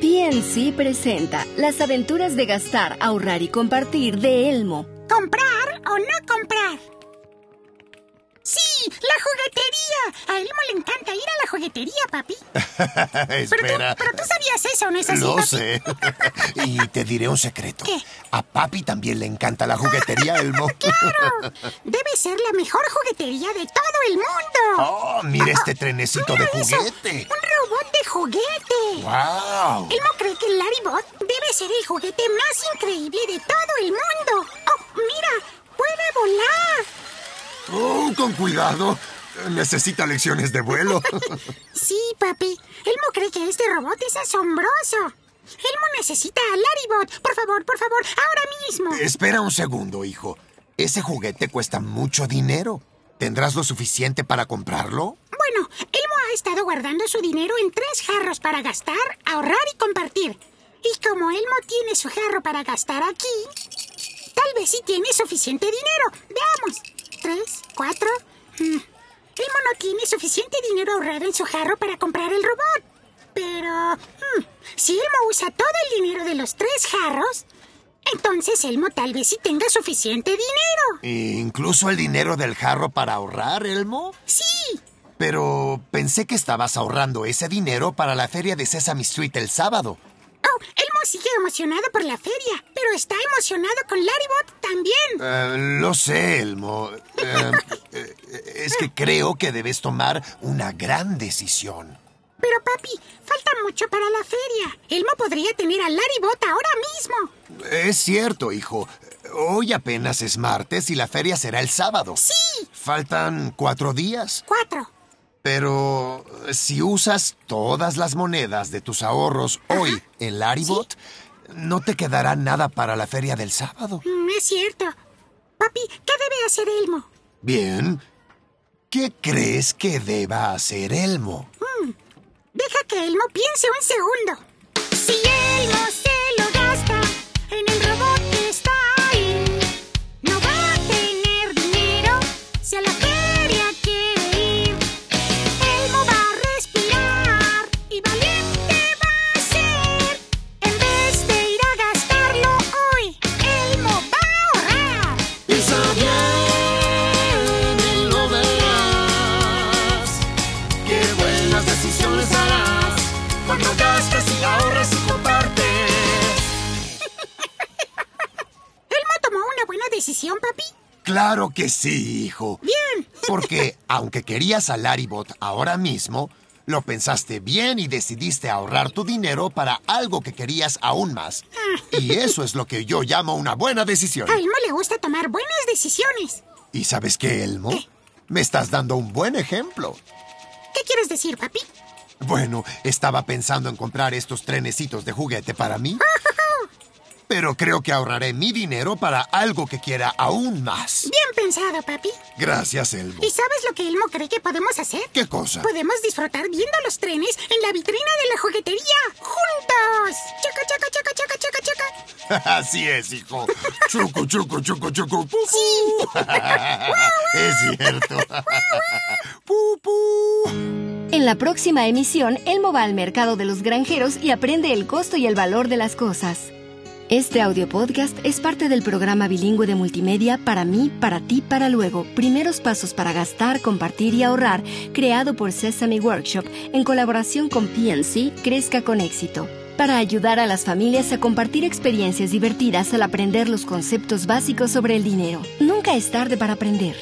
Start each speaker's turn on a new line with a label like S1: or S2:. S1: PNC presenta Las aventuras de gastar, ahorrar y compartir de Elmo.
S2: ¿Comprar o no comprar? Sí, la juguetería. A Elmo le encanta ir a la juguetería, papi. Pero tú,
S3: Espera,
S2: pero tú sabías eso, ¿no es así,
S3: lo
S2: papi?
S3: sé. y te diré un secreto.
S2: ¿Qué?
S3: A papi también le encanta la juguetería, Elmo.
S2: ¡Claro! Debe ser la mejor juguetería de todo el mundo. Ah,
S3: ¡Oh, mira este trenecito de
S2: Mira eso,
S3: juguete!
S2: ¡Un robot de juguete!
S3: ¡Wow!
S2: Elmo cree que el Laribot debe ser el juguete más increíble de todo el mundo. ¡Oh, mira! ¡Puede volar!
S3: Oh, con cuidado. Necesita lecciones de vuelo.
S2: Sí, papi. Elmo cree que este robot es asombroso. Elmo necesita a Laribot. Por favor, por favor, ahora mismo.
S3: Espera un segundo, hijo. Ese juguete cuesta mucho dinero. ¿Tendrás lo suficiente para comprarlo?
S2: Bueno, Elmo ha estado guardando su dinero en tres jarros para gastar, ahorrar y compartir. Y como Elmo tiene su jarro para gastar aquí, tal vez sí tiene suficiente dinero. Veamos. Tres, cuatro. Mm. Elmo no tiene suficiente dinero ahorrado en su jarro para comprar el robot. Pero... mm, si Elmo usa todo el dinero de los tres jarros, entonces Elmo tal vez sí tenga suficiente dinero.
S3: E ¿Incluso el dinero del jarro para ahorrar, Elmo?
S2: Sí.
S3: Pero pensé que estabas ahorrando ese dinero para la feria de Sesame Street el sábado.
S2: Oh, Elmo sigue emocionado por la feria, pero está emocionado con Laribot también.
S3: Eh, lo sé, Elmo. Eh, eh, es que creo que debes tomar una gran decisión.
S2: Pero papi, falta mucho para la feria. Elmo podría tener a Laribot ahora mismo.
S3: Es cierto, hijo. Hoy apenas es martes y la feria será el sábado.
S2: Sí,
S3: Faltan cuatro días.
S2: cuatro.
S3: Pero eh, si usas todas las monedas de tus ahorros hoy en Laribot, no te quedará nada para la feria del sábado.
S2: Mm, es cierto. Papi, ¿qué debe hacer Elmo?
S3: Bien. ¿Qué crees que deba hacer Elmo?
S2: Deja que Elmo piense un segundo. Si Elmo se lo gasta en el robot que está ahí, no va a tener dinero si a la feria quiere ir. Elmo va a respirar y valiente va a ser. En vez de ir a gastarlo hoy, Elmo va a ahorrar.
S4: Piensa bien y lo verás. Qué buenas decisiones harás cuando gastas y ahorras y compartes.
S2: Elmo tomó una buena decisión, papi.
S3: Claro que sí, hijo.
S2: Bien.
S3: Porque aunque querías a Laribot ahora mismo, lo pensaste bien y decidiste ahorrar tu dinero para algo que querías aún más. Y eso es lo que yo llamo una buena decisión.
S2: A Elmo le gusta tomar buenas decisiones.
S3: ¿Y sabes qué, Elmo?
S2: ¿Qué?
S3: Me estás dando un buen ejemplo.
S2: ¿Qué quieres decir, papi?
S3: Bueno, estaba pensando en comprar estos trenecitos de juguete para mí.
S2: Ah.
S3: Pero creo que ahorraré mi dinero para algo que quiera aún más.
S2: Bien pensado, papi.
S3: Gracias, Elmo.
S2: ¿Y pues sabes lo que Elmo cree que podemos hacer?
S3: ¿Qué cosa?
S2: Podemos disfrutar viendo los trenes en la vitrina de la juguetería. ¡Juntos! ¡Chaca, chaca, chaca, chaca, chaca, chaca!
S3: Así es, hijo. Chucu, chucu, chucu, chucu. Pu, pu.
S2: ¡Sí!
S3: Es cierto. Pu, pu.
S1: En la próxima emisión, Elmo va al mercado de los granjeros y aprende el costo y el valor de las cosas. Este audio podcast es parte del programa bilingüe de multimedia Para mí, para ti, para luego. Primeros pasos para gastar, compartir y ahorrar, creado por Sesame Workshop en colaboración con PNC Crezca con éxito. Para ayudar a las familias a compartir experiencias divertidas al aprender los conceptos básicos sobre el dinero. Nunca es tarde para aprender.